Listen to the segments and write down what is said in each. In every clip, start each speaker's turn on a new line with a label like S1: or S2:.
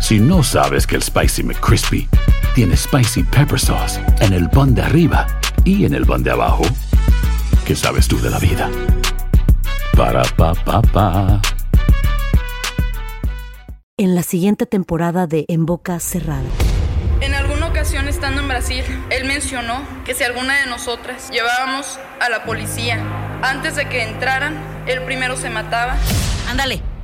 S1: Si no sabes que el Spicy McCrispy tiene Spicy Pepper Sauce en el pan de arriba y en el pan de abajo, ¿qué sabes tú de la vida? Para, pa, pa, pa.
S2: En la siguiente temporada de En Boca Cerrada.
S3: En alguna ocasión estando en Brasil, él mencionó que si alguna de nosotras llevábamos a la policía antes de que entraran, él primero se mataba.
S2: Ándale,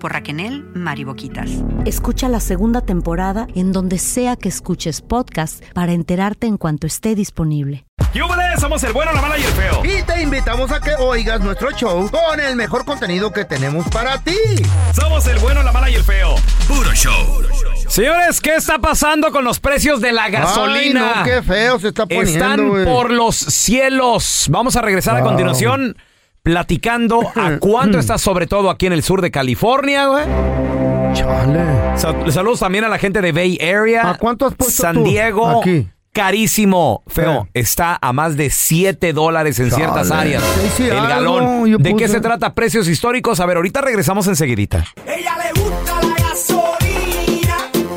S4: por Raquenel Mariboquitas.
S2: Escucha la segunda temporada en donde sea que escuches podcast para enterarte en cuanto esté disponible.
S5: ¡Yúbales! Somos el bueno, la mala y el feo.
S6: Y te invitamos a que oigas nuestro show con el mejor contenido que tenemos para ti.
S5: Somos el bueno, la mala y el feo.
S7: Puro show.
S5: Señores, ¿qué está pasando con los precios de la gasolina?
S6: Ay, no, qué feo se está poniendo.
S5: Están
S6: wey.
S5: por los cielos. Vamos a regresar wow. a continuación platicando a cuánto está, sobre todo aquí en el sur de California, güey.
S6: Chale.
S5: Sal saludos también a la gente de Bay Area.
S6: ¿A cuánto has puesto
S5: San
S6: tú
S5: Diego.
S6: Aquí?
S5: Carísimo, feo. Eh. Está a más de 7 dólares en Chale. ciertas áreas.
S6: Sí, sí,
S5: el galón.
S6: Algo, yo
S5: ¿De
S6: puse...
S5: qué se trata? Precios históricos. A ver, ahorita regresamos enseguidita.
S8: Ella le gusta la gasolina.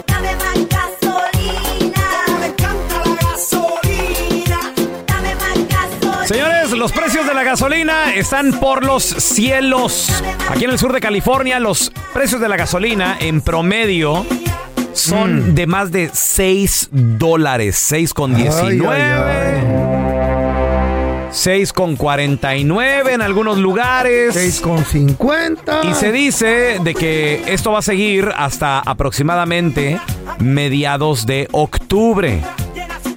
S8: Dame más gasolina. Me encanta la gasolina. Dame más gasolina.
S5: Señores, los precios de la gasolina están por los cielos. Aquí en el sur de California, los precios de la gasolina en promedio son mm. de más de 6 dólares. 6 con 19. Ay, ay, ay. 6 con 49 en algunos lugares.
S6: 6 con 50.
S5: Y se dice de que esto va a seguir hasta aproximadamente mediados de octubre.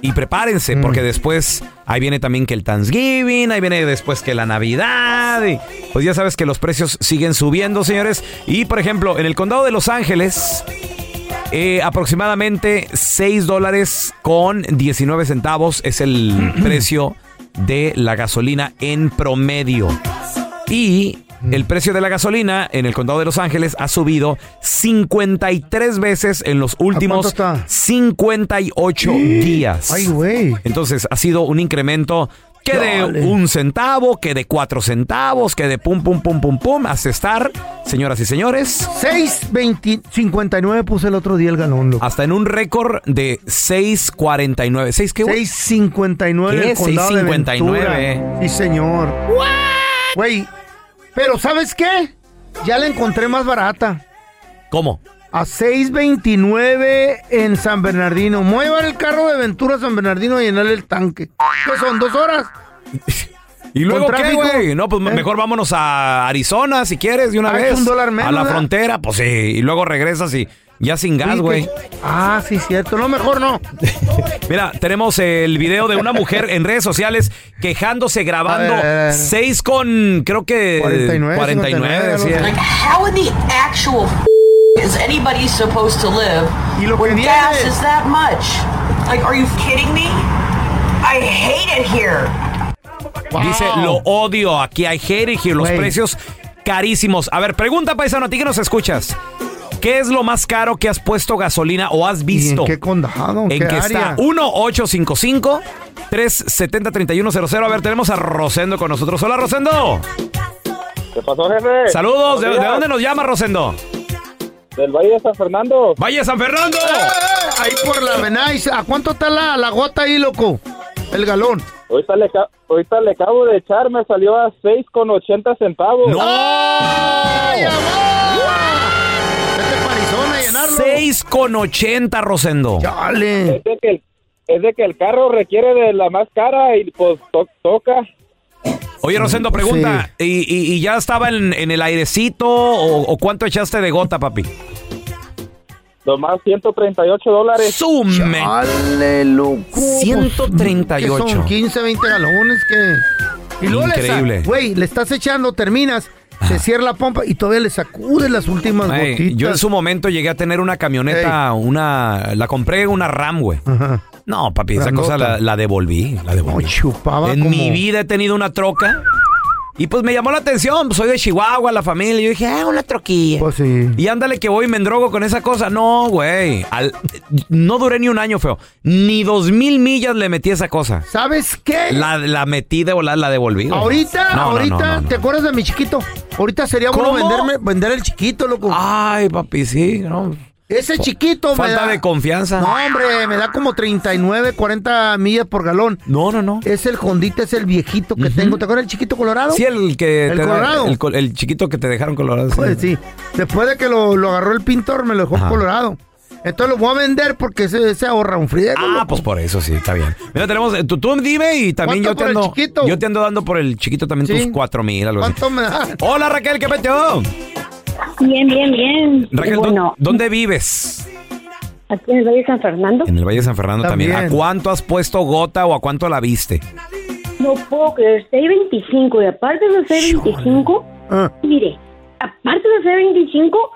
S5: Y prepárense, mm. porque después ahí viene también que el Thanksgiving, ahí viene después que la Navidad. Y pues ya sabes que los precios siguen subiendo, señores. Y por ejemplo, en el condado de Los Ángeles, eh, aproximadamente 6 dólares con 19 centavos es el precio de la gasolina en promedio. Y el precio de la gasolina en el condado de Los Ángeles ha subido 53 veces en los últimos 58 días.
S6: Ay, güey.
S5: Entonces ha sido un incremento que de un centavo, que de cuatro centavos, que de pum, pum, pum, pum, pum, hasta estar, señoras y señores.
S6: 6.59 puse el otro día el galón. Loco.
S5: Hasta en un récord de 6.49. ¿Seis qué, güey?
S6: 6.59.
S5: ¿Qué? 6.59.
S6: Sí, señor.
S5: ¿What?
S6: Güey, pero ¿sabes qué? Ya la encontré más barata.
S5: ¿Cómo?
S6: a 6.29 en San Bernardino. Mueva el carro de Ventura a San Bernardino a llenarle el tanque. ¿Qué son? ¿Dos horas?
S5: ¿Y luego qué, güey? No, pues ¿Eh? mejor vámonos a Arizona si quieres de una
S6: ah,
S5: vez.
S6: Un dólar menos,
S5: a la
S6: ¿verdad?
S5: frontera, pues sí. Y luego regresas y ya sin gas, güey. Sí,
S6: ah, sí, cierto. No, mejor no.
S5: Mira, tenemos el video de una mujer en redes sociales quejándose grabando
S6: A ver, a ver.
S5: 6 con, creo que...
S6: 49,
S5: 49, sí, eh.
S9: Like, how in the actual f- is anybody supposed to live
S6: Y lo
S9: when
S6: que
S9: gas
S6: viene.
S9: is that much? Like, are you kidding me? I hate it here.
S6: Wow.
S5: Dice, lo odio, aquí hay Jerigio, los
S6: Güey.
S5: precios carísimos. A ver, pregunta, paisano, a ti que nos escuchas. ¿Qué es lo más caro que has puesto gasolina o has
S6: ¿Y
S5: visto?
S6: en qué condado?
S5: ¿En qué
S6: área?
S5: está? 1-855-370-3100. A ver, tenemos a Rosendo con nosotros. Hola, Rosendo.
S10: ¿Qué pasó, jefe?
S5: Saludos. ¿De,
S10: Buenos
S5: de
S10: días.
S5: dónde nos llama, Rosendo?
S7: Del Valle de San Fernando.
S5: ¡Valle San Fernando!
S6: Ahí por la Benais. ¿A cuánto está la, la gota ahí, loco? El galón.
S7: Ahorita le, ca- ahorita le acabo de echar, me salió a 6,80 centavos. ¡No!
S6: Este
S5: 6 con 80, Rosendo.
S7: Es de, que el, es de que el carro requiere de la más cara y pues to- toca.
S5: Oye, Rosendo, pregunta, ¿y, y- y ya estaba en, en el airecito o, o cuánto echaste de gota, papi?
S7: Nomás 138 dólares.
S5: ¡Sume!
S6: ¡Chale, loco!
S5: 138.
S6: ¿Qué son 15, 20 galones que... Y luego le sa-
S5: Increíble.
S6: Güey, le estás echando, terminas, se cierra la pompa y todavía le sacudes las últimas
S5: Ey,
S6: gotitas.
S5: yo en su momento llegué a tener una camioneta, una, la compré una Ram, güey. No, papi, esa
S6: Grandota.
S5: cosa la, la devolví, la devolví.
S6: chupaba
S5: en
S6: como-
S5: mi vida he tenido una troca. Y pues me llamó la atención, soy de Chihuahua, la familia. y Yo dije, ah, una troquilla.
S6: Pues sí.
S5: Y ándale que voy y me endrogo con esa cosa. No, güey. Al- no duré ni un año, feo. Ni dos mil millas le metí a esa cosa.
S6: ¿Sabes qué?
S5: La, la metí de volar, la devolví. güey.
S6: Ahorita,
S5: No, no, no,
S6: ahorita,
S5: no, no.
S6: ¿te acuerdas de mi chiquito? Ahorita sería
S5: ¿Cómo?
S6: bueno venderme, vender el chiquito, loco.
S5: Ay, papi, sí, no.
S6: Ese
S5: Fa-
S6: chiquito me
S5: falta
S6: da-
S5: de confianza.
S6: No, hombre, me da como 39, 40 millas por galón.
S5: No, no, no.
S6: Es el Hondita, es el viejito que tengo. ¿Te acuerdas del chiquito colorado?
S5: Sí, el que
S6: El
S5: te da-
S6: colorado.
S5: el, col- el chiquito que te dejaron colorado. sí.
S6: Pues sí. Después de que lo, lo agarró el pintor, me lo dejó colorado. Entonces lo voy a vender porque se, ahorra un friego.
S5: Ah, pues por eso sí, está bien. Mira, tenemos, eh, tú, tú dime y también
S6: ¿Cuánto
S5: yo te
S6: por el
S5: ando.
S6: chiquito?
S5: Yo te ando dando por el chiquito también
S6: Sí.
S5: tus cuatro mil, algo así.
S6: ¿Cuánto me da?
S5: Hola Raquel, ¿qué peteo?
S10: Bien, bien, bien.
S5: Raquel, ¿dó-
S10: bueno,
S5: ¿dónde vives?
S10: aquí en el Valle de San Fernando.
S5: En el Valle de San Fernando también.
S10: También.
S5: ¿A cuánto has puesto gota o a cuánto la viste?
S10: No puedo creer, 625. Y aparte de los 625, mire, aparte de los 625,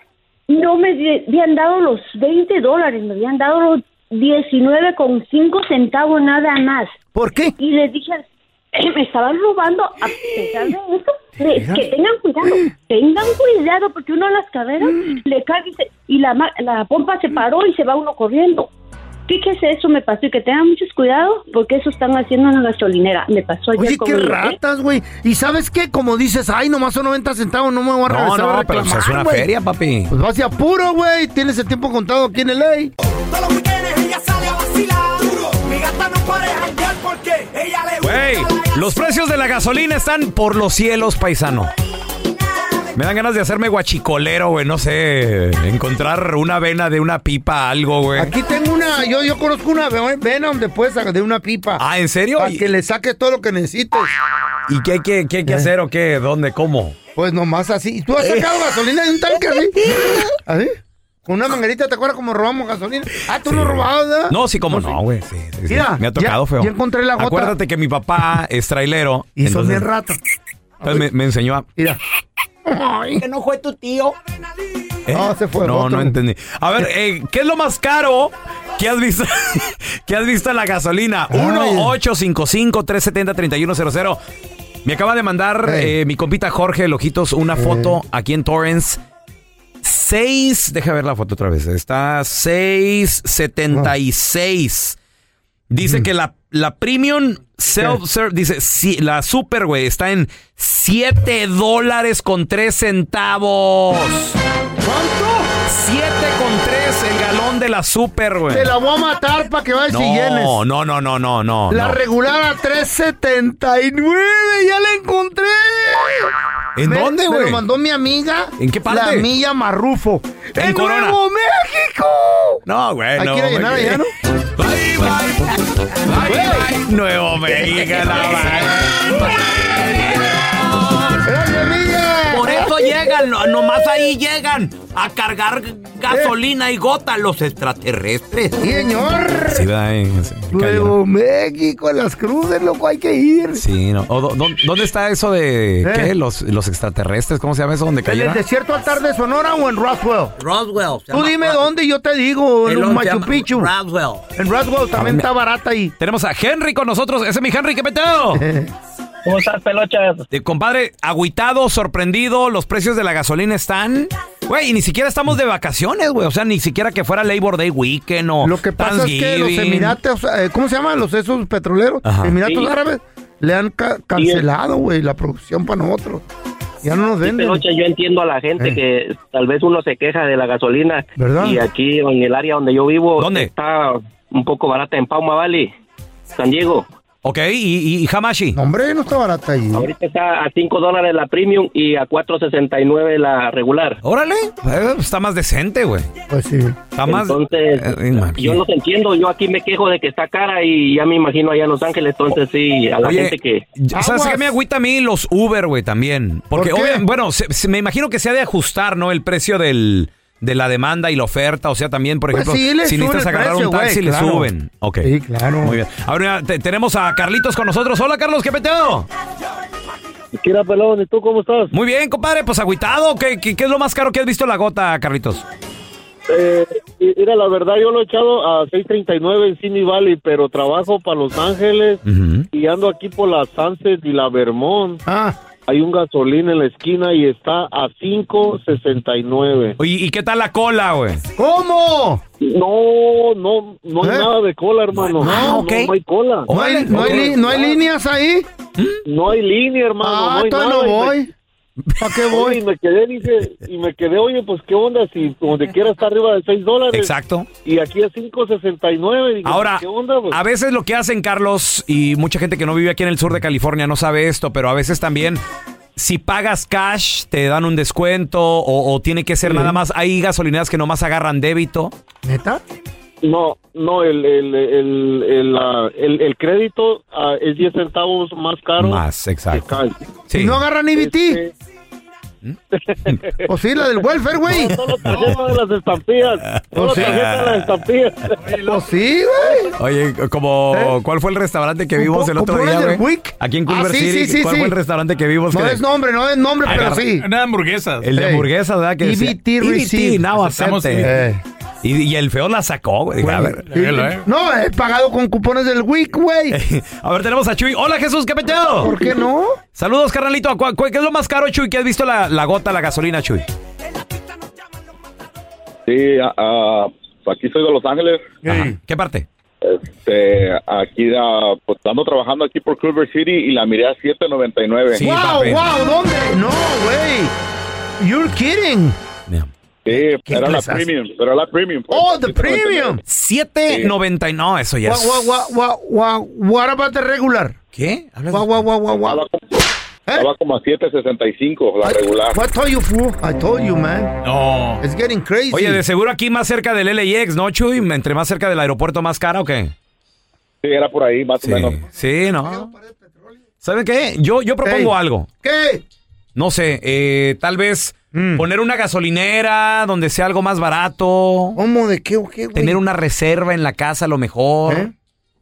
S10: no me di- habían dado los 20 dólares, me habían dado los 19 con 5 centavos nada más.
S6: ¿Por qué?
S10: Y les dije, me estaban robando a pesar de eso. le-
S11: Mira.
S10: que tengan cuidado, tengan cuidado, porque uno a las caderas
S6: Mm.
S10: le cae y, se- y la, ma- la pompa se paró y se va uno corriendo. Fíjese, eso me pasó y que tengan muchos cuidados porque eso están haciendo en la gasolinera. Me pasó ayer
S6: Oye,
S10: con
S6: qué
S10: mi bebé.
S6: ratas, güey. ¿Y sabes qué? Como dices, ay, nomás son 90 centavos, no me voy a
S5: No,
S6: regresar
S5: no,
S6: a
S5: pero, pues,
S6: reclamar,
S5: es una
S6: güey.
S5: feria, papi.
S6: Pues vas a puro, güey. Tienes el tiempo contado aquí en LA.
S9: Ella sale a vacilar. Mi gata no puede janguear porque ella le
S5: Güey, los precios de la gasolina están por los cielos, paisano. Me dan ganas de hacerme guachicolero, güey, no sé, encontrar una vena de una pipa, algo, güey.
S6: Aquí tengo una, yo, yo conozco una ve- vena donde puedes sacar de una pipa.
S5: Ah, ¿en serio?
S6: Para que le saques todo lo que necesites.
S5: ¿Y qué, qué, qué hay que hacer o qué? ¿Dónde? ¿Cómo? Eh.
S6: Pues nomás así. ¿Tú has sacado gasolina de un tanque así? ¿Así? Con una manguerita, ¿te acuerdas cómo robamos gasolina? Ah, tú no robabas, ¿verdad?
S5: No, sí, cómo no, güey. sí, sí, sí.
S6: Mira,
S5: me ha tocado
S6: Ah, ya-
S5: feo.
S6: ya encontré la gota.
S5: Acuérdate que mi papá es trailero.
S6: Y son
S5: entonces-
S6: bien ratas.
S5: entonces me, me enseñó a.
S6: Mira.
S10: que no fue tu tío.
S5: ¿Eh?
S6: No, se fue
S5: No,
S6: otro.
S5: no entendí. A ver, eh, ¿qué es lo más caro que has visto, que has visto en la gasolina? 1-855-370-3100. Me acaba de mandar eh, mi compita Jorge Lojitos una foto aquí en Torrance. 6, deja ver la foto otra vez. Está 676. Dice que la, la premium self-serve, dice, sí, la super, güey, está en 7 dólares con 3 centavos.
S6: ¿Cuánto?
S5: 7 con 3 el galón de la super, güey.
S6: Te la voy a matar para que vayas y llenes.
S5: No, no, no, no, no, no.
S6: la
S5: no.
S6: regular a 379, ya la encontré.
S5: ¿En
S6: Me-
S5: dónde,
S6: Me
S5: güey?
S6: lo mandó mi amiga.
S5: ¿En qué parte?
S6: La milla Marrufo.
S5: En
S6: ¡En
S5: Corona.
S6: Nuevo México!
S5: No, güey,
S6: Hay
S5: no.
S6: que ir a llenar
S5: güey.
S6: allá, ¿no?
S5: Nuevo México, la madre. Por eso llegan, no- nomás ahí llegan a cargar gasolina y gota los extraterrestres.
S6: Sí, señor.
S5: Sí, va, eh, sí, cayeron.
S6: Nuevo México, en las cruces, loco, hay que ir.
S5: Sí, no. O, do- do- ¿Dónde está eso de qué? Los, los extraterrestres, ¿cómo se llama eso? ¿Dónde
S6: ¿En el
S5: cayeron?
S6: desierto altar Eh. de Sonora o en Roswell?
S12: Roswell. se
S6: Tú
S12: llama
S6: dime
S12: Ro-
S6: dónde y yo te digo,
S12: El
S6: en
S12: otro se
S6: Machu
S12: llama
S6: Picchu.
S12: Roswell.
S6: En Roswell también está barata ahí.
S5: Tenemos a Henry con nosotros. Ese es mi Henry, ¿qué peteo? Eh,
S13: ¿Cómo estás, pelochas?
S5: compadre, agüitado, sorprendido, los precios de la gasolina están... Güey, y ni siquiera estamos de vacaciones, güey. O sea, ni siquiera que fuera Labor Day Weekend o Lo que
S6: pasa es que los Emiratos, eh, ¿cómo se llaman los esos petroleros?
S5: Ajá.
S6: Emiratos
S5: Sí.
S6: Árabes le han ca- cancelado, güey, la producción para nosotros. Ya no nos
S13: Sí,
S6: venden.
S13: Peluche, yo entiendo a la gente
S6: Eh.
S13: que tal vez uno se queja de la gasolina.
S6: ¿Verdad?
S13: Y aquí en el área donde yo vivo está un poco barata en Palma Valley, San Diego.
S5: Ok, ¿y, y, y Hamashi?
S6: Hombre, no está barata ahí.
S13: Ahorita está a 5 dólares la premium y a 4.69 la regular.
S5: Órale, eh, está más decente, güey.
S6: Pues sí.
S5: Está más...
S13: Entonces,
S5: Eh, imagínate.
S13: yo los entiendo. Yo aquí me quejo de que está cara y ya me imagino allá en Los Ángeles. Entonces, sí, a la
S5: Oye,
S13: gente que.
S5: ¿Sabes qué me agüita a mí los Uber, güey, también? Porque,
S13: ¿Por qué?
S5: obvia- bueno, se- se- me imagino que se ha de ajustar, ¿no? El precio del, de la demanda y la oferta. O sea, también, por
S6: Pues
S5: ejemplo,
S6: sí, le
S5: si
S6: suben
S5: necesitas
S6: el
S5: agarrar
S6: precio,
S5: un taxi,
S6: güey,
S5: le
S6: claro.
S5: suben. Ok.
S6: Sí, claro.
S5: Muy bien. Ahora tenemos a Carlitos con nosotros. Hola, Carlos, ¿qué peteo?
S11: Mira, pelón, ¿y tú cómo estás?
S5: Muy bien, compadre, pues agüitado. ¿Qué, qué, qué es lo más caro que has visto en la gota, Carlitos?
S11: Eh, y- mira, la verdad yo lo he echado a 6.39 en Simi Valley, pero trabajo para Los Ángeles y ando aquí por la Sunset y la Vermont.
S6: Ah,
S11: Hay un gasolín en la esquina y está a 5.69.
S5: ¿Y, ¿Y qué tal la cola, güey?
S6: ¿Cómo?
S11: No, no, no hay
S6: ¿Eh?
S11: nada de cola, hermano.
S6: Ah,
S11: no,
S6: ok.
S11: no, no hay cola.
S6: ¿No hay, no hay li- no hay líneas ahí?
S11: No hay línea, hermano.
S6: Ah,
S11: no hay
S6: todavía
S11: nada.
S6: no
S11: Y me-
S6: voy. ¿Para qué voy?
S11: Oye, Y me quedé, dije, y me quedé, oye, pues qué onda, si donde quiera está arriba de 6 dólares.
S5: Exacto.
S11: Y aquí a 5.69. dije,
S5: Ahora,
S11: ¿qué onda, pues?
S5: a veces lo que hacen, Carlos, y mucha gente que no vive aquí en el sur de California no sabe esto, pero a veces también, si pagas cash, te dan un descuento o, o tiene que ser nada más. Hay gasolineras que nomás agarran débito.
S6: ¿Neta?
S11: No, no, el, el, el, el, ah, el- el crédito ah, es 10 centavos más caro.
S5: Más, exacto. Sí.
S6: ¿Y no agarran IBT? ¿O Pues sí, la del welfare, güey?
S11: tarjeta de las estampillas.
S6: Solo tarjeta de las
S11: estampillas.
S6: ¿O Pues sí, güey? ¿Eh?
S5: Oye, como ¿cuál fue el restaurante Oh, que vimos el otro
S6: ¿Compró
S5: día,
S6: el del
S5: güey?
S6: Wick?
S5: Aquí en
S6: Ah,
S5: Culver
S6: sí,
S5: City.
S6: sí, sí,
S5: ¿Cuál
S6: sí.
S5: fue el restaurante que vimos?
S6: No
S5: que-
S6: es nombre, no es nombre, pero
S5: Agarra-
S6: sí.
S12: Una hamburguesas.
S5: El de
S6: Ey.
S5: hamburguesas, ¿verdad? Que decía,
S6: EBT receive.
S5: now
S6: Aceptamos
S5: accepted.
S6: EBT.
S5: Y, y el feo la sacó, güey. Dije, Pues, A ver.
S6: No, he pagado con cupones del WIC, güey.
S5: A ver, tenemos a Chuy. Hola, Jesús, ¿qué peteado?
S6: ¿Por qué no?
S5: Saludos, carnalito. ¿Cu- cu- ¿Qué es lo más caro, Chuy, que has visto la, la gota, la gasolina, Chuy?
S14: Sí, ah, ah, aquí soy de Los Ángeles.
S5: ¿Qué parte?
S14: Este, aquí, ah, pues ando trabajando aquí por Culver City y la miré a 7.99.
S6: wow, wow, ¿dónde? No, güey. You're kidding.
S14: Sí, era la
S6: clasazo.
S14: premium, era la premium. pues,
S6: Oh, the
S14: 7.99.
S6: premium.
S5: 7.99, no, eso ya es.
S6: Guau, guau, guau, guau, guau, ahora para regular.
S5: ¿Qué?
S6: Guau, guau, guau, guau, guau.
S14: Estaba como a 7.65 la regular.
S6: What told you, fool? I told you, man.
S5: No.
S6: It's getting crazy.
S5: Oye, de seguro aquí más cerca del LAX, ¿no, Chuy? Entre más cerca del aeropuerto, más cara, ¿o qué?
S14: Sí, era por ahí, más o menos.
S5: Sí, no. ¿Saben qué? Yo, yo propongo
S14: Ey.
S5: algo.
S6: ¿Qué?
S5: No sé, eh, tal vez poner una gasolinera donde sea algo más barato.
S6: Oh,
S5: ¿Cómo?
S6: ¿De qué o qué, güey?
S5: Tener una reserva en la casa a lo mejor.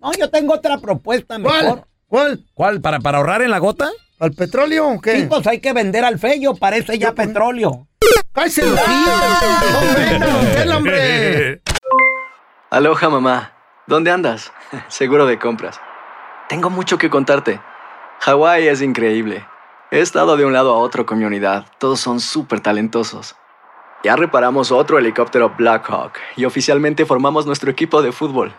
S5: No, yo tengo otra propuesta mejor.
S6: ¿Cuál?
S5: ¿Cuál? ¿Para, para ahorrar en la gota?
S6: ¿Al petróleo o qué?
S5: Sí, pues hay que vender al fello, parece ya petróleo.
S6: ¡Cállese los Ah. tíos! hombre!
S15: Aloha mamá, ¿dónde andas? Seguro de compras. Tengo mucho que contarte. Hawái es increíble. He estado de un lado a otro con mi unidad. Todos son súper talentosos. Ya reparamos otro helicóptero Blackhawk y oficialmente formamos nuestro equipo de fútbol.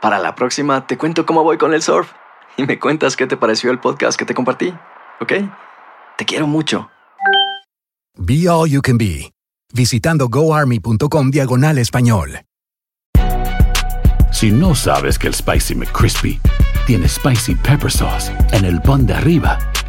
S15: Para la próxima te cuento cómo voy con el surf y me cuentas qué te pareció el podcast que te compartí, ¿ok? Te quiero mucho.
S16: Be All You Can Be, visitando goarmy.com diagonal español.
S1: Si no sabes que el Spicy McCrispy tiene Spicy Pepper Sauce en el pan de arriba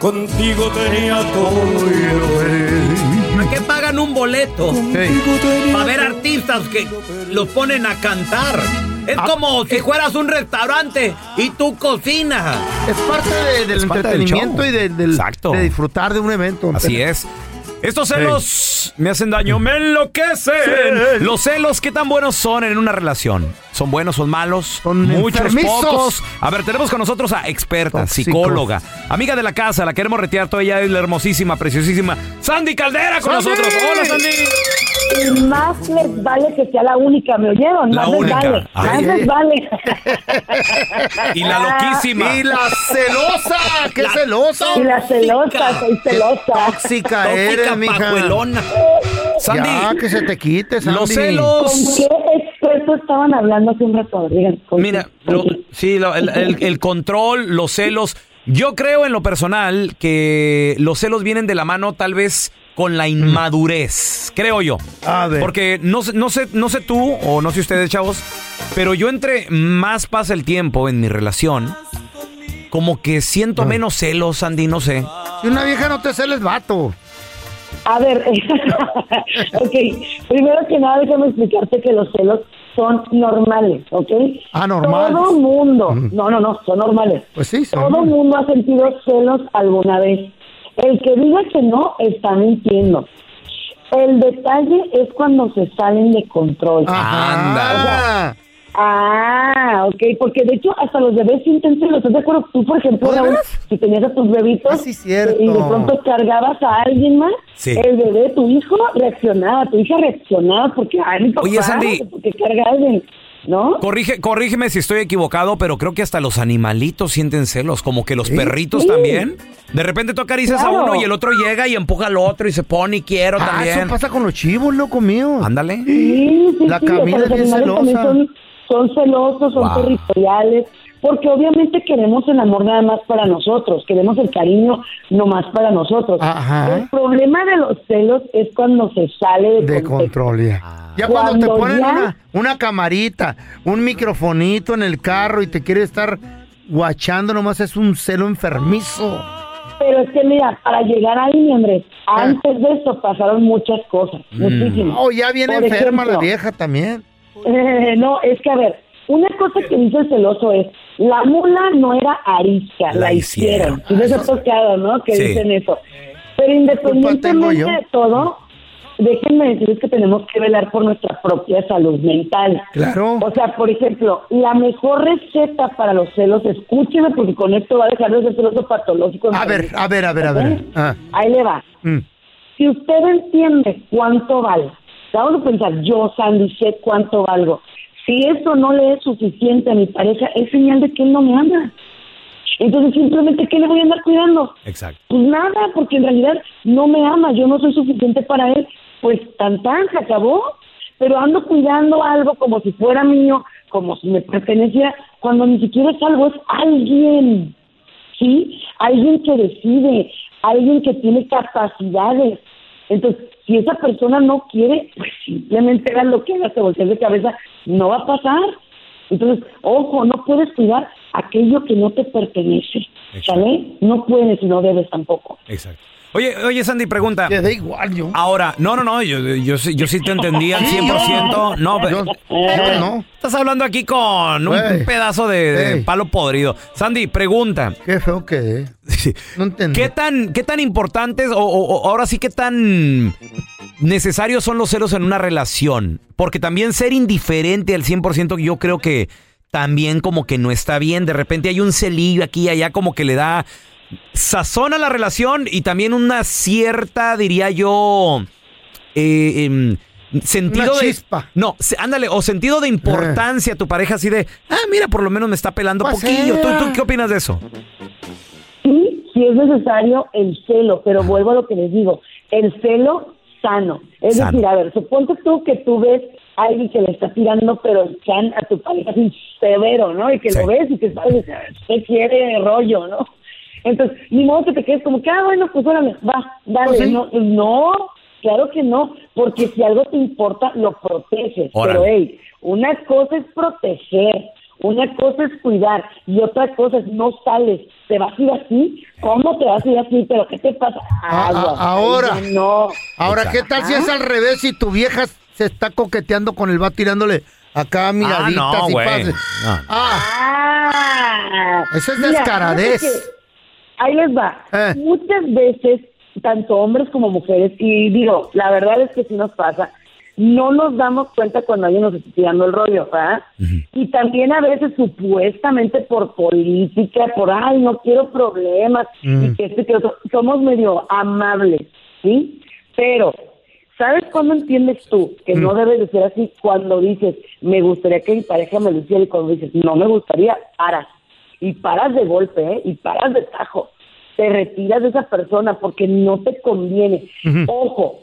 S9: Contigo tenía todo y lo perdí.
S17: ¿A qué pagan un boleto? Para ver artistas que los ponen a cantar. Es
S5: Ah.
S17: como si fueras un restaurante y tú cocinas.
S6: Es parte de- del
S17: Es parte del
S6: entretenimiento y del- del- de disfrutar de un evento.
S5: Así es. Estos celos me hacen daño, me enloquecen.
S6: Sí.
S5: Los celos, ¿qué tan buenos son en una relación? ¿Son buenos, son malos? Muchos,
S6: enfermizos.
S5: pocos. A ver, tenemos con nosotros a experta,
S6: Tóxicos.
S5: psicóloga, amiga de la casa, la queremos retear toda ella, es la hermosísima, preciosísima Sandy Caldera con
S8: ¡Sandy!
S5: nosotros. Hola, Sandy.
S8: Y más les vale que sea la única, ¿me oyeron?
S5: La
S8: más
S5: única.
S8: les vale.
S5: Ay.
S8: Más les vale.
S5: Y la loquísima.
S6: Y la celosa, qué celosa.
S8: Y la celosa, soy celosa.
S6: Tóxica eres, mija.
S5: Sandy.
S6: Ya, que se te quite, Sandy.
S17: Los
S8: ¿Con qué experto estaban hablando hace un rato? Digan, ¿con
S5: Mira, lo- sí, lo- el, el- el control, los celos. Yo creo en lo personal que los celos vienen de la mano tal vez con la inmadurez, creo yo. Porque no, sé- no, sé, no sé tú o no sé ustedes, chavos, pero yo entre más pasa el tiempo en mi relación, como que siento menos celos, Andy, no sé.
S6: Si una vieja no te celes, vato.
S8: A ver, ok, primero que nada déjame explicarte que los celos son normales, ¿ok?
S6: Ah, normales.
S8: Todo mundo, no, no, no, son normales.
S6: Pues sí, son
S8: Todo
S6: normales.
S8: mundo ha sentido celos alguna vez. El que diga que no está mintiendo. El detalle es cuando se salen de control.
S6: Anda.
S8: Ah, ok, porque de hecho hasta los bebés sienten celos, ¿estás de acuerdo? Tú, por ejemplo, Raúl, si tenías a tus bebitos
S6: Pues
S8: y de pronto cargabas a alguien más,
S5: Sí.
S8: el bebé, tu hijo, reaccionaba, tu hija reaccionaba porque, ay, mi papá,
S5: Oye, Sandy.
S8: porque carga a alguien, ¿no?
S5: Corrige, corrígeme si estoy equivocado, pero creo que hasta los animalitos sienten celos, como que los perritos
S8: Sí.
S5: también. De repente tú acaricias
S6: Claro.
S5: a uno y el otro llega y empuja al otro y se pone y quiero
S6: Ah, eso
S5: también.
S6: pasa con los chivos, loco mío.
S5: Ándale.
S8: Sí, sí,
S6: La
S8: sí, o sea,
S6: Camila
S8: los
S6: es bien
S8: animales también
S6: celosa.
S8: Son, son celosos, son
S6: Wow.
S8: territoriales, porque obviamente queremos el amor nada más para nosotros, queremos el cariño no más para nosotros.
S6: Ajá.
S8: El problema de los celos es cuando se sale de,
S6: De control,
S5: Ah.
S6: ya. Ya cuando, te
S8: Cuando
S6: ponen
S8: ya-
S6: una, una camarita, un microfonito en el carro y te quiere estar guachando, nomás es un celo enfermizo.
S8: Pero es que mira, para llegar ahí, mi Andrés, antes de eso pasaron muchas cosas,
S6: Ah. Mm.
S8: muchísimas.
S6: Oh, ya viene
S8: Por
S6: enferma la
S8: ejemplo,
S6: vieja también.
S8: Eh, no, es que a ver, una cosa que dice el celoso es, la mula no era arisca, la,
S6: La
S8: hicieron.
S6: hicieron.
S8: Y les ha tocado, ¿no? Que
S6: Sí.
S8: dicen eso. Pero
S6: tengo
S8: independientemente
S6: yo?
S8: de todo, déjenme decirles que tenemos que velar por nuestra propia salud mental.
S6: Claro.
S8: O sea, por ejemplo, la mejor receta para los celos, escúcheme porque con esto va a dejar de ser celoso patológico. ¿Eh?
S6: A ver, a ver, a ver, a ver. Ah,
S8: Ahí le va.
S6: mm.
S8: Si usted entiende cuánto vale, vamos a pensar, yo, Sandy, sé cuánto valgo. Si eso no le es suficiente a mi pareja, es señal de que él no me ama. Entonces, simplemente, ¿qué le voy a andar cuidando?
S5: Exacto.
S8: Pues nada, porque en realidad no me ama, yo no soy suficiente para él. Pues tan tan, se acabó. Pero ando cuidando algo como si fuera mío, como si me perteneciera, cuando ni siquiera es algo, es alguien. ¿sí? Alguien que decide, alguien que tiene capacidades. Entonces, si esa persona no quiere, pues simplemente haga lo que haga, se voltea de cabeza, no va a pasar. Entonces, ojo, no puedes cuidar aquello que no te pertenece, ¿sale? No puedes y no debes tampoco.
S5: Exacto. Oye, oye, Sandy, pregunta.
S6: Te da igual yo.
S5: Ahora, no, no, no, yo, yo, sí- yo sí te entendía al
S6: Sí,
S5: 100%. No, pero-
S8: Eh.
S6: yo no.
S5: Estás hablando aquí con un
S6: Güey.
S5: pedazo de, de palo podrido. Sandy, pregunta.
S6: Qué feo que es. No entendí.
S5: ¿Qué tan, qué tan importantes o, o- o ahora sí qué tan necesarios son los celos en una relación? Porque también ser indiferente al 100% yo creo que también como que no está bien. De repente hay un celillo aquí y allá como que le da sazón a la relación y también una cierta, diría yo, eh, em, sentido
S6: Una
S5: de...
S6: chispa. Ah.
S5: No, se- ándale, o sentido de importancia a tu pareja así de, ah, mira, por lo menos me está pelando
S8: Pues
S5: poquillo. ¿Tú,
S8: era.
S5: tú qué opinas de eso?
S8: Sí, si es necesario el celo, pero vuelvo a lo que les digo, el celo sano. Es
S5: Sano.
S8: decir, a ver, suponte tú que tú ves a alguien que le está tirando, pero el can a tu pareja así severo, ¿no? Y que lo ves y que sabes, ¿qué quiere rollo, no? Entonces, ni modo que te quedes como que, ah, bueno, pues órale, va, dale.
S6: Oh,
S18: Pues sí.
S8: no, no, claro que no, porque si algo te importa, lo proteges.
S18: Órale.
S8: Pero, hey, una cosa es proteger, Una cosa es cuidar y otra cosa es no sales. ¿Te vas a ir así? ¿Cómo te vas a ir así? ¿Pero qué te pasa?
S6: A-
S8: Agua.
S6: a- Ah, ahora.
S8: Ay, ya No.
S6: Ahora, ¿qué tal si es al revés y tu vieja se está coqueteando con el va tirándole acá
S5: Ah,
S6: miraditas
S5: no,
S6: y
S5: güey.
S6: pases?
S5: No.
S8: Ah.
S6: Esa es
S8: Mira,
S6: descaradez. Eh.
S8: fíjate que- Ahí les va. Muchas veces, tanto hombres como mujeres, y digo, la verdad es que sí nos pasa, no nos damos cuenta cuando alguien nos está tirando el rollo, ¿verdad? Y también a veces supuestamente por política, por, ay, no quiero problemas,
S18: Mm.
S8: y que este que otro, somos medio amables, ¿sí? Pero, ¿sabes cuándo entiendes tú
S6: Mm.
S8: que no debes de ser así? Cuando dices, me gustaría que mi pareja me lo hiciera, y cuando dices, no me gustaría, paras. Y paras de golpe, ¿eh? Y paras de tajo. Te retiras de esa persona porque no te conviene.
S18: Ujú.
S8: Ojo,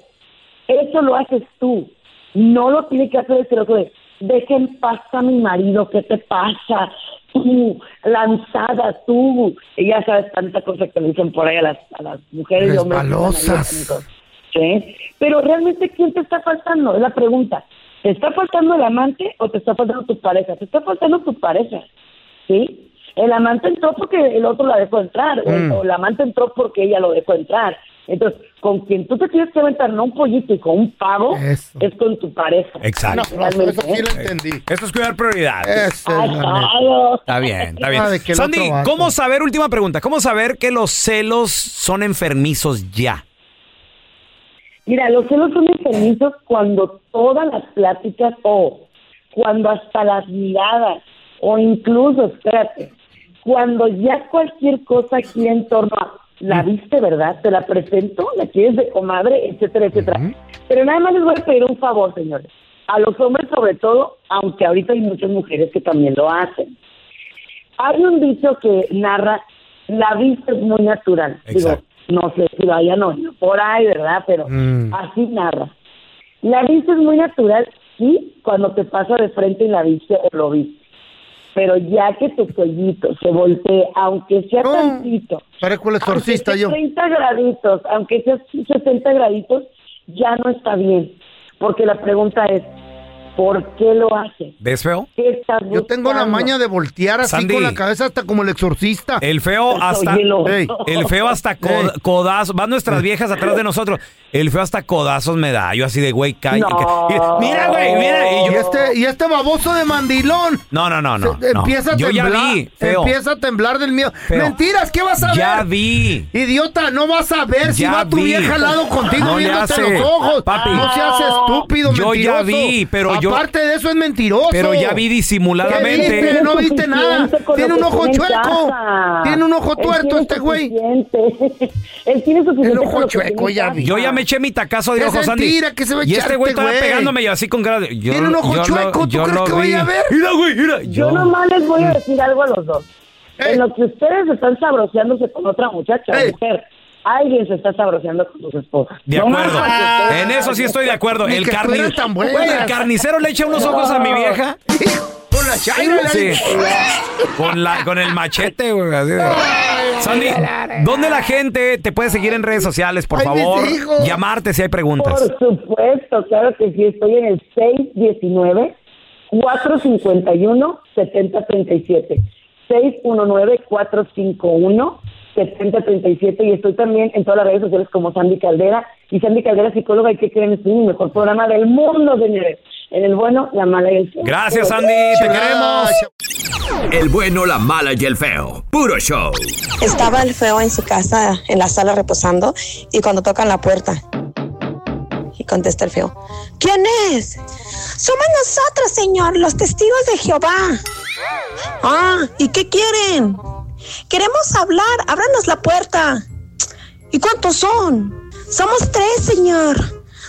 S8: eso lo haces tú. No lo tiene que hacer el otro. de, Deja en paz a mi marido, ¿qué te pasa? Tú, lanzada, tú. Y ya sabes tanta cosa que le dicen por ahí a las, a las mujeres y hombres.
S6: Resbalosas.
S8: ¿Sí? Pero realmente, ¿quién te está faltando? Es la pregunta. ¿Te está faltando el amante o te está faltando tu pareja? Te está faltando tu pareja. ¿Sí? El amante entró porque el otro la dejó entrar, o el-
S18: Mm.
S8: o el amante entró porque ella lo dejó entrar. Entonces, con quien tú te tienes que aventar, no un pollito y con un pavo,
S5: Eso.
S8: es con tu pareja.
S5: Exacto.
S8: No, Realmente, ¿eh?
S5: Esto es cuidar prioridades.
S8: Ay, claro.
S5: Está bien, está bien.
S6: Ah, de que el
S5: Sandy,
S6: otro vato.
S5: ¿cómo saber, última pregunta, cómo saber que los celos son enfermizos ya?
S8: Mira, los celos son enfermizos cuando todas las pláticas o cuando hasta las miradas o incluso, espérate, cuando ya cualquier cosa aquí en torno a la viste, ¿verdad? Te la presento, la quieres de comadre, etcétera, etcétera. Pero nada más les voy a pedir un favor, señores. A los hombres sobre todo, aunque ahorita hay muchas mujeres que también lo hacen. Hay un dicho que narra, la vista es muy natural.
S18: Exacto.
S8: Digo, no sé si lo hayan oído por ahí, ¿verdad? Pero
S18: Mm.
S8: así narra. La vista es muy natural, sí, cuando te pasa de frente y la viste o lo viste. Pero ya que tu cuellito se voltee, aunque sea tantito.
S6: Parezco el exorcista
S8: aunque
S6: yo.
S8: sea 30 graditos, aunque sea 60 graditos, ya no está bien. Porque la pregunta es, ¿por qué lo hace?
S5: ¿Ves feo?
S8: ¿Qué estás
S6: Yo tengo la
S8: buscando?
S6: maña de voltear así
S5: Sandy. Eh,
S6: con la cabeza hasta como el exorcista.
S5: El feo hasta
S6: Ey.
S5: el feo hasta co- codazos, van nuestras viejas atrás de nosotros. El feo hasta codazos me da. Yo así de güey, calla.
S6: No.
S5: Mira, güey, mira y yo-
S6: este, y este baboso de mandilón
S5: No, no, no, no. no.
S6: empieza a
S5: yo ya
S6: temblar.
S5: vi, feo.
S6: Empieza a temblar del miedo.
S5: Feo.
S6: Mentiras, ¿qué vas a
S5: Ya
S6: ver?
S5: vi.
S6: Idiota, no vas a ver si
S5: Ya
S6: va tu
S5: vi.
S6: vieja al lado contigo
S5: No le
S6: viéndote
S5: hace.
S6: los ojos.
S5: Papi.
S6: No seas estúpido,
S5: Yo
S6: mentiroso.
S5: ya vi, pero yo-
S6: Aparte de eso es mentiroso.
S5: Pero ya vi disimuladamente.
S6: ¿Qué viste? No viste nada.
S8: suficiente con
S6: Tiene
S8: lo
S6: un
S8: que
S6: ojo
S8: tiene en
S6: chueco.
S8: casa.
S6: Tiene un ojo
S8: Él
S6: tuerto
S8: tiene
S6: este güey.
S8: suficiente. Él tiene suficiente. con lo que tiene en casa.
S5: Yo ya me eché mi tacazo de
S6: Es
S5: ojo, Sandy.
S6: mentira que se va a
S5: y
S6: echarte,
S5: este güey estaba
S6: güey.
S5: pegándome yo así con cara de. yo-
S6: Tiene un ojo
S5: yo lo-
S6: chueco, ¿tú
S5: yo
S6: crees
S5: lo
S6: que voy
S5: vi.
S6: a ver?
S5: Mira, güey, mira.
S8: Yo nomás les voy a decir algo a los dos. En lo que ustedes están sabroseándose con otra muchacha, o mujer, alguien se está sabroseando con sus esposas.
S5: De
S8: No más
S5: acuerdo.
S8: porque ustedes-
S5: en eso sí estoy de acuerdo.
S8: Ni
S5: El,
S8: que
S5: carni-
S8: fueran tan buenas.
S5: Güey, el carnicero le echa unos ojos a mi vieja.
S6: Con la chaira.
S5: Sí. Con, la, con el machete, güey. así de- Sandy, ¿dónde la gente te puede seguir en redes sociales, por
S8: Ay, mis
S5: favor?
S8: hijos.
S5: Llamarte si hay preguntas.
S8: Por supuesto, claro que sí. Estoy en el 619 451 7037. 619 451 7037 y estoy también en todas las redes sociales como Sandy Caldera y Sandy Caldera psicóloga y que creen es mi mejor programa del mundo señores en el bueno la mala y el feo.
S5: Gracias, Sandy. Te queremos.
S19: El bueno, la mala y el feo. Puro show.
S12: Estaba el feo en su casa, en la sala reposando, y cuando tocan la puerta. Y contesta el feo, ¿quién es? Somos nosotros, señor, los testigos de Jehová. Ah, ¿y qué quieren? Queremos hablar, ábranos la puerta. ¿Y cuántos son? Somos tres, señor.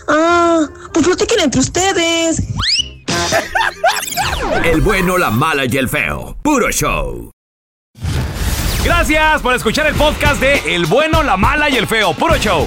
S12: Ah, pues platiquen entre ustedes.
S19: El bueno, la mala y el feo. Puro show.
S5: Gracias por escuchar el podcast de El bueno, la mala y el feo. Puro show.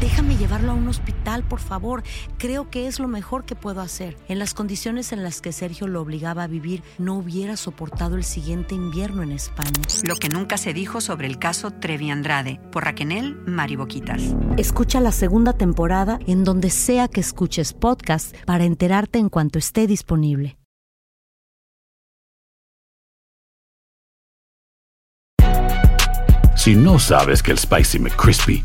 S2: Déjame llevarlo a un hospital, por favor. Creo que es lo mejor que puedo hacer. En las condiciones en las que Sergio lo obligaba a vivir, no hubiera soportado el siguiente invierno en España.
S4: Lo que nunca se dijo sobre el caso Trevi Andrade por Raquel Mariboquitas.
S2: Escucha la segunda temporada en donde sea que escuches podcast para enterarte en cuanto esté disponible.
S1: Si no sabes que el Spicy McCrispy